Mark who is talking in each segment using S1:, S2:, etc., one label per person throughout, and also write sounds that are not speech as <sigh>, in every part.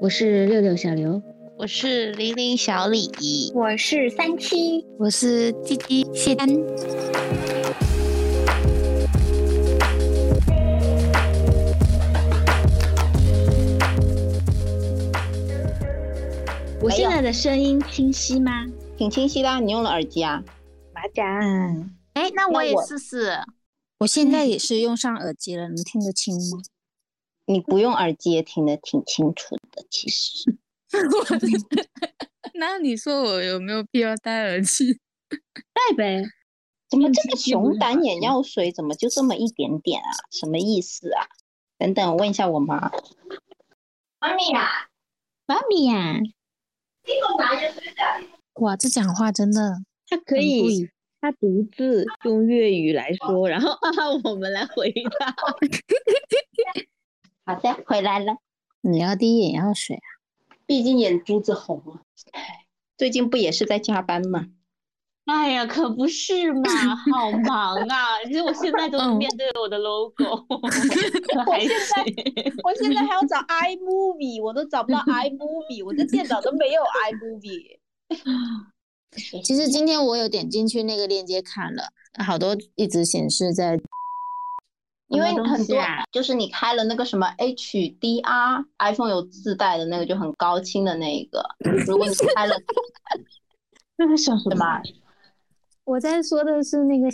S1: 我是六六小刘，
S2: 我是零零小李，
S3: 我是三七，
S4: 我是鸡鸡谢丹。
S1: 我现在的声音清晰吗？
S2: 挺清晰的啊，你用了耳机啊？
S1: 马展，
S2: 哎，那
S3: 我也
S2: 试试。
S4: 我现在也是用上耳机了，能听得清吗？
S2: 你不用耳机也听得挺清楚的，其实。
S4: 那你说我有没有必要戴耳机？
S1: 拜呗。
S2: 怎么
S1: 嗯
S2: 这个
S1: 其实不
S2: 熊
S1: 是
S2: 胆
S1: 耳
S2: 眼
S1: 机
S2: 药水怎么就这么一点点啊？什么意思啊？等等，我问一下我妈。
S3: 妈咪呀，
S1: 妈咪呀、
S4: 哇，这讲话真的
S1: 他可以他独自用粤语来说，然后啊， <laughs> 我们来回答。
S2: <laughs> 好的，回来了。
S4: 你要滴眼药水啊？
S2: 毕竟眼珠子红
S3: 啊
S2: 了。唉最近不也是在加班吗？
S1: 哎呀，可不是嘛，好忙啊！其实我现在都
S4: 嗯
S1: 面对我的 logo，还行。
S3: 我现在还要找 iMovie，我都找不到 iMovie，我的电脑都没有 iMovie。
S4: 其实今天我有点进去那个链接看了，好多一直显示在
S2: 因为
S1: 什么东
S2: 很
S1: 西
S2: 多
S1: 啊
S2: 就是你开了那个什么 HDR iPhone 有自带的那个就很高清的那一个，如果你开 <laughs> 了
S1: 那他想
S2: 什？么？
S4: 我在说的是那个，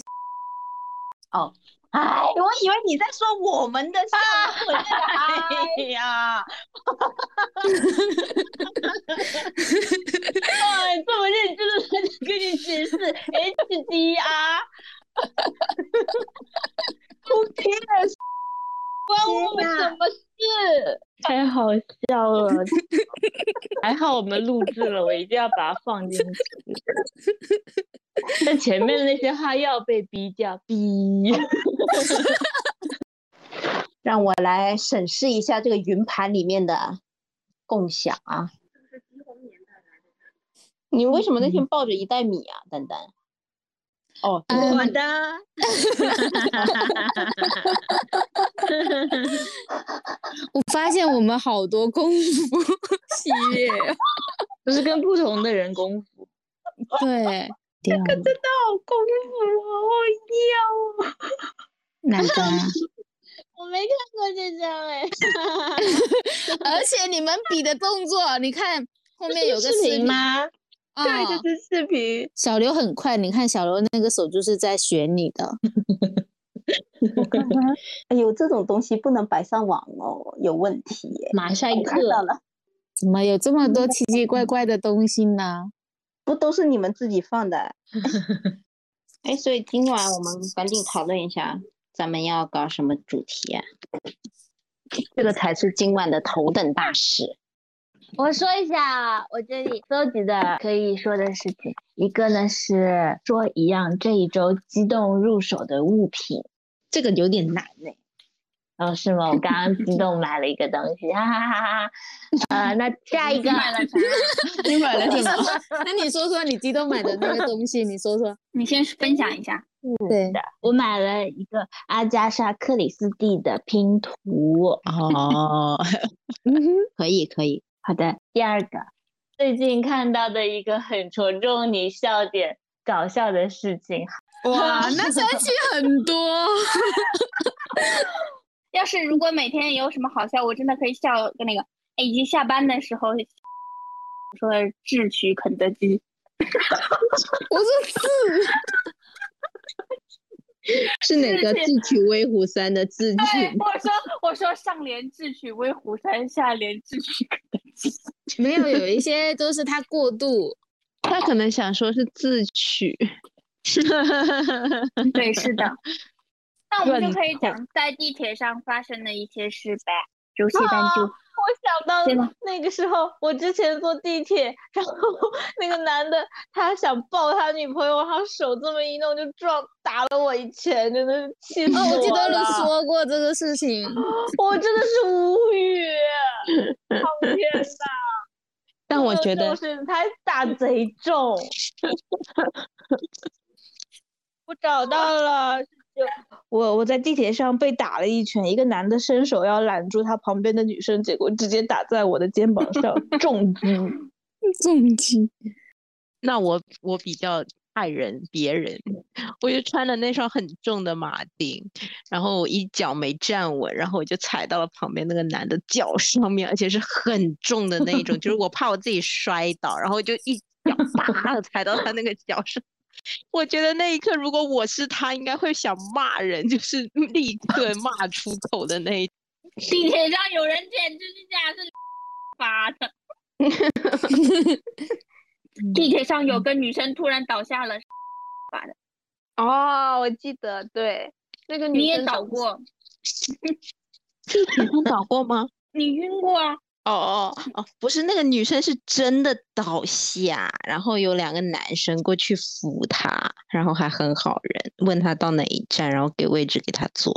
S2: 哎，
S3: 我以为你在说我们的项目，我在讲哎
S1: 哎呀，哇，哎这么认真的来跟你解 <laughs> 释 HDR，
S3: ，Who cares？
S1: 关我们什
S2: <laughs>
S1: 么事？太好笑了， <laughs> 还好我们录制了，我一定要把它放进去。但前面的那些话要被逼掉，逼。
S2: 让我来哎审视一下这个云盘里面的共享啊。你为什么那天抱着一袋米啊，丹丹？哦，对
S4: 嗯
S3: 我的
S4: 我发现我们好多功夫 <laughs> 系列哦，
S1: <laughs> 就是跟不同的人功夫。
S4: 哦 <laughs> 对，掉了
S3: 好功
S5: 啊
S3: 夫，好好笑哦！
S4: 哪个啊？
S3: 我没看过这张哎，
S4: 而且你们比的动作，你看后面有个
S1: 视频吗？
S4: 啊，
S3: 对，这是视频，
S4: 小刘很快，你看小刘那个手就是在学你的，
S2: 哎呦，这种东西不能摆上网哦，有问题耶。
S1: 马赛
S2: 我看到
S1: 克，
S2: 了，
S4: 怎么有这么多奇奇怪怪的东西呢？
S2: 不都是你们自己放
S1: <laughs>
S2: 的？哎，所以今晚我们赶紧讨论一下，咱们要搞什么主题啊？这个才是今晚的头等大事。
S1: 我说一下啊我这里搜集的可以说的事情。一个呢是说一样这一周激动入手的物品，这个有点难呢、哦，是吗？我刚刚激动买了一个东西，哈哈哈哈。呃，那下一个买了啥？
S2: 你买
S4: <laughs> 那你说， <laughs> 那你说说你激动买的那个东西，你说说。
S3: 你先分享一下。
S4: 对，
S1: 我买了一个阿加莎·克里斯蒂的拼图。
S5: <laughs>
S2: 哦，
S4: 嗯哼，
S2: 可以可以，
S1: 好的，第二个，最近看到的一个很戳中你笑点、搞笑的事情，
S4: <laughs> 哇，那神奇很多。
S3: 要是如果每天有什么好笑，我真的可以笑个那个，哎，以及下班的时候说智取肯德基，
S4: <laughs> 我说是，
S2: 是哪个
S3: 是
S2: 智取威虎山的智取？
S3: 对，我说我说上联智取威虎山，下联智取肯德基，
S4: 没有有一些都是他过度。
S5: 他可能想说是自取，
S3: 嗯对，是的。 <laughs> 那我们就
S5: 认
S3: 可以讲在地铁上发生的一些事呗，如戏般就
S5: 我想到
S3: 真的
S5: 那个时候，我之前坐地铁，然后那个男的他想抱他女朋友，然后手这么一弄就撞打了我一拳，真的是气死
S4: 哦，我记得
S5: 了
S4: 你，说过这个事情。
S5: <laughs> 我真的是无语， <laughs> 好天呐，
S2: 但我
S5: 这
S2: 觉
S5: 种
S2: 得
S5: 事情他打贼重，我找到了，是 <laughs> 我我在地铁上被打了一拳，一个男的伸手要拦住他旁边的女生，结果直接打在我的肩膀上， <laughs> 重击。
S4: 重击，
S2: 那我我比较爱人别人，我就穿了那双很重的马丁，然后我一脚没站稳，然后我就踩到了旁边那个男的脚上面，而且是很重的那一种，就是我怕我自己摔倒，然后就一脚啪的踩到他那个脚上。我觉得那一刻，如果我是他，应该会想骂人，就是立刻骂出口的那一。
S3: 地铁上有人简直就假是发的。 <laughs> 地铁上有个女生突然倒下了，发的。
S5: 哦，我记得，对，那个女
S3: 你也
S5: 生
S3: 倒过，
S2: 地铁上倒过吗？
S3: 你晕过啊？
S2: 哦哦哦，不是，那个女生是真的倒下，然后有两个男生过去扶她，然后还很好人，问她到哪一站，然后给位置给她坐。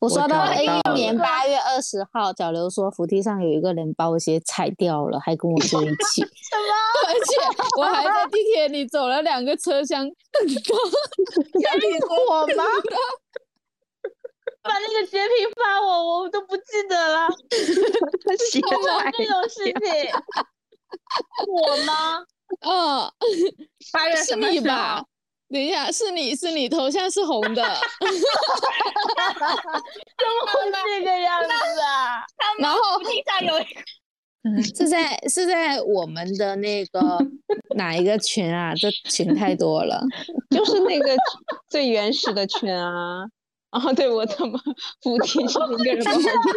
S4: 我刷到
S2: 找
S4: A
S2: 到
S4: 一年
S5: 了
S4: 八月二十号，小刘说扶梯上有一个人把我鞋踩掉了，还跟我坐一起。 <laughs> 什么？而且我还在地铁里走了两个车厢，更 <laughs> 高。
S5: 小李 <laughs> 我吗？ <laughs> 把那个截屏发我，我都不记得
S2: <laughs>
S5: 了。
S2: 她鞋
S5: 有
S2: 踩
S5: 这种事情，我吗？
S4: 嗯，
S3: 八月
S4: 是
S3: 什么
S4: 你
S3: 时
S4: 吧
S3: 候？？
S4: 等一下，是你是你头像是红的，
S5: 怎么会这个样子啊？
S4: 然后
S3: 地上有
S4: 是在是在我们的那个哪一个群啊？这群太多了。
S2: 就是那个最原始的圈
S5: <laughs>
S2: 啊。啊，对我怎么扶梯是一个人把我鞋踩？
S5: 我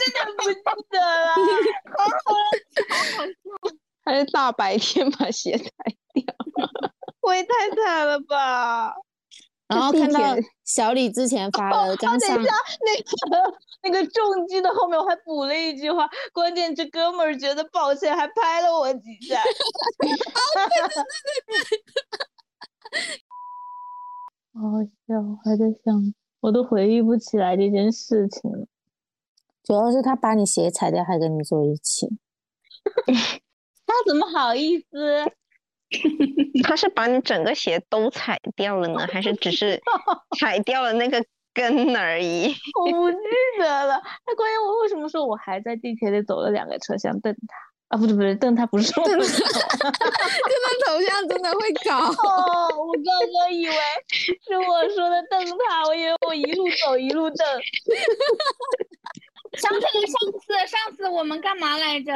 S5: 真的不记得了。
S2: <laughs> 还是大白天把 <laughs> 鞋踩？
S5: 我也太惨了吧！
S4: 然后
S2: 地
S4: 看到
S2: 铁
S4: 小李之前发了刚
S5: 等
S4: 上
S5: 一下，那个那个重击的后面我还补了一句话，关键这哥们儿觉得抱歉，还拍了我几下。 <laughs> 好笑，还在想，我都回忆不起来这件事情了。
S4: 主要是他把你鞋踩掉，还跟你坐一起。
S5: 他怎么好意思？
S6: 他是把你整个鞋都踩掉了呢，还是只是踩掉了那个跟而已？
S5: 我不记得了。那关键我为什么说我还在地铁里走了两个车厢瞪他啊？不对不对，瞪他不是我。 <laughs>
S4: 那头像真的会 <laughs> 搞。
S5: 哦，我刚刚以为是我说的瞪他，我以为我一路走一路瞪。
S3: 想起来上次，上次我们干嘛来着？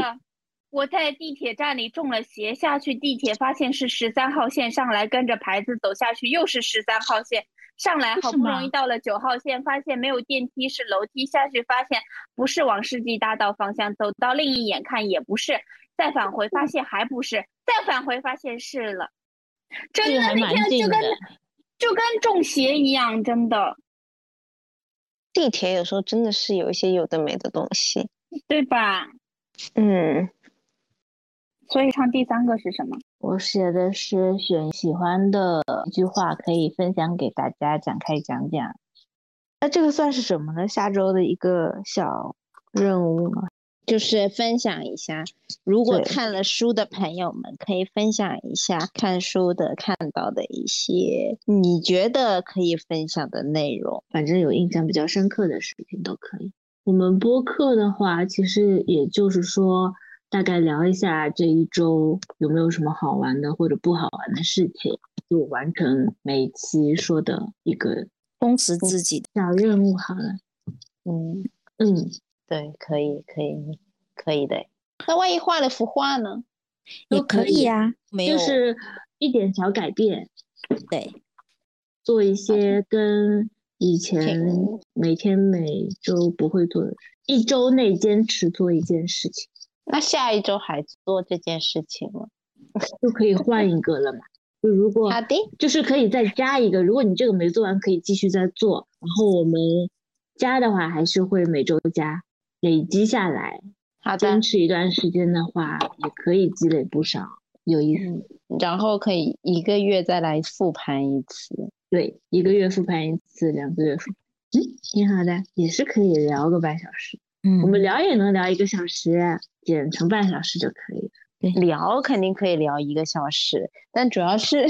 S3: 我在地铁站里中了邪，下去地铁发现是十三号线，上来跟着牌子走下去，又是十三号线，上来好不容易到了九号线，发现没有电梯是楼梯，下去发现不是往世纪大道方向，走到另一眼看也不是，再返回发现还不是，再返回发现是了，真的那天就跟就跟中邪一样，真的，
S6: 地铁有时候真的是有一些有的没的东西。
S3: 对吧？
S6: 嗯，
S3: 所以唱第三个是什么？
S1: 我写的是选喜欢的一句话，可以分享给大家，展开讲讲。那这个算是什么呢？下周的一个小任务吗？
S6: 就是分享一下，如果
S1: 对
S6: 看了书的朋友们，可以分享一下看书的看到的一些你觉得可以分享的内容。
S1: 反正有印象比较深刻的事情都可以。我们播客的话，其实也就是说，大概聊一下这一周有没有什么好玩的或者不好玩的事情，就完成每一期说的一个
S4: 充实自己的，
S1: 小任务好了。
S6: 嗯，
S1: 嗯，
S6: 对，可以，可以，可以的。那万一画了幅画呢？
S1: 都可以
S4: 啊，没有，
S1: 就是一点小改变，
S4: 对，
S1: 做一些跟以前每天每周不会做的事，一周内坚持做一件事情，
S6: 那下一周还做这件事情吗？
S1: 就可以换一个了嘛。就如果
S6: 好的，
S1: 就是可以再加一个，如果你这个没做完，可以继续再做。然后我们加的话，还是会每周加，累积下来，
S6: 好的
S1: 坚。持一段时间的话，也可以积累不少，有意思。
S6: 然后可以一个月再来复盘一次。
S1: 对，一个月复盘一次，两个月复盘，嗯，挺好的，也是可以聊个半小时。我
S4: 嗯，
S1: 们聊也能聊一个小时，减成半小时就可以了。
S6: 聊肯定可以聊一个小时，但主要是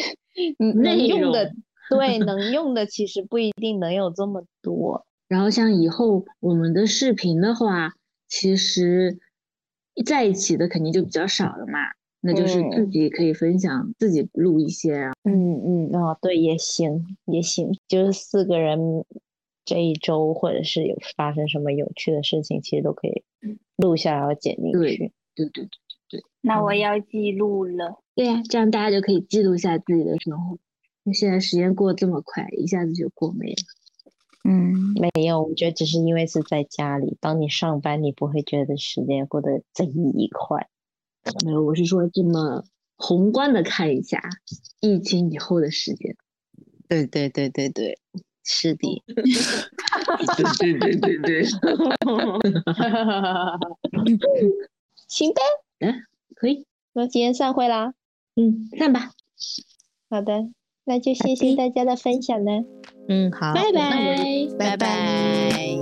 S6: 嗯能
S1: 内
S6: 用的
S1: 容
S5: 对，能用的其实不一定能有这么多。
S1: 然后像以后我们的视频的话，其实在一起的肯定就比较少了嘛，那就是
S5: 嗯
S1: 自己可以分享，自己录一些，啊然后
S5: 嗯嗯，哦，对，也行，也行，就是四个人这一周或者是有发生什么有趣的事情，其实都可以录下来然后剪进
S1: 嗯对
S5: 去。
S1: 对对对
S3: 那
S6: 嗯
S3: 我要记录了。
S1: 对呀、这样大家就可以记录一下自己的生活。那现在时间过得这么快，一下子就过没了。
S2: 嗯，
S5: 没有，我觉得只是因为是在家里，当你上班，你不会觉得时间过得贼快。
S1: 没有，我是说这么宏观的看一下疫情以后的时间。
S2: 对对对对对，是的，
S1: 哦 <laughs> 对对对
S2: <laughs>
S1: 对对，
S5: 行呗，
S1: 嗯可以，
S5: 那今天散会啦。
S1: 嗯，散吧，
S5: 好的，那就谢谢大家的分享了，
S4: 嗯，好，
S5: 拜拜。
S2: 拜拜。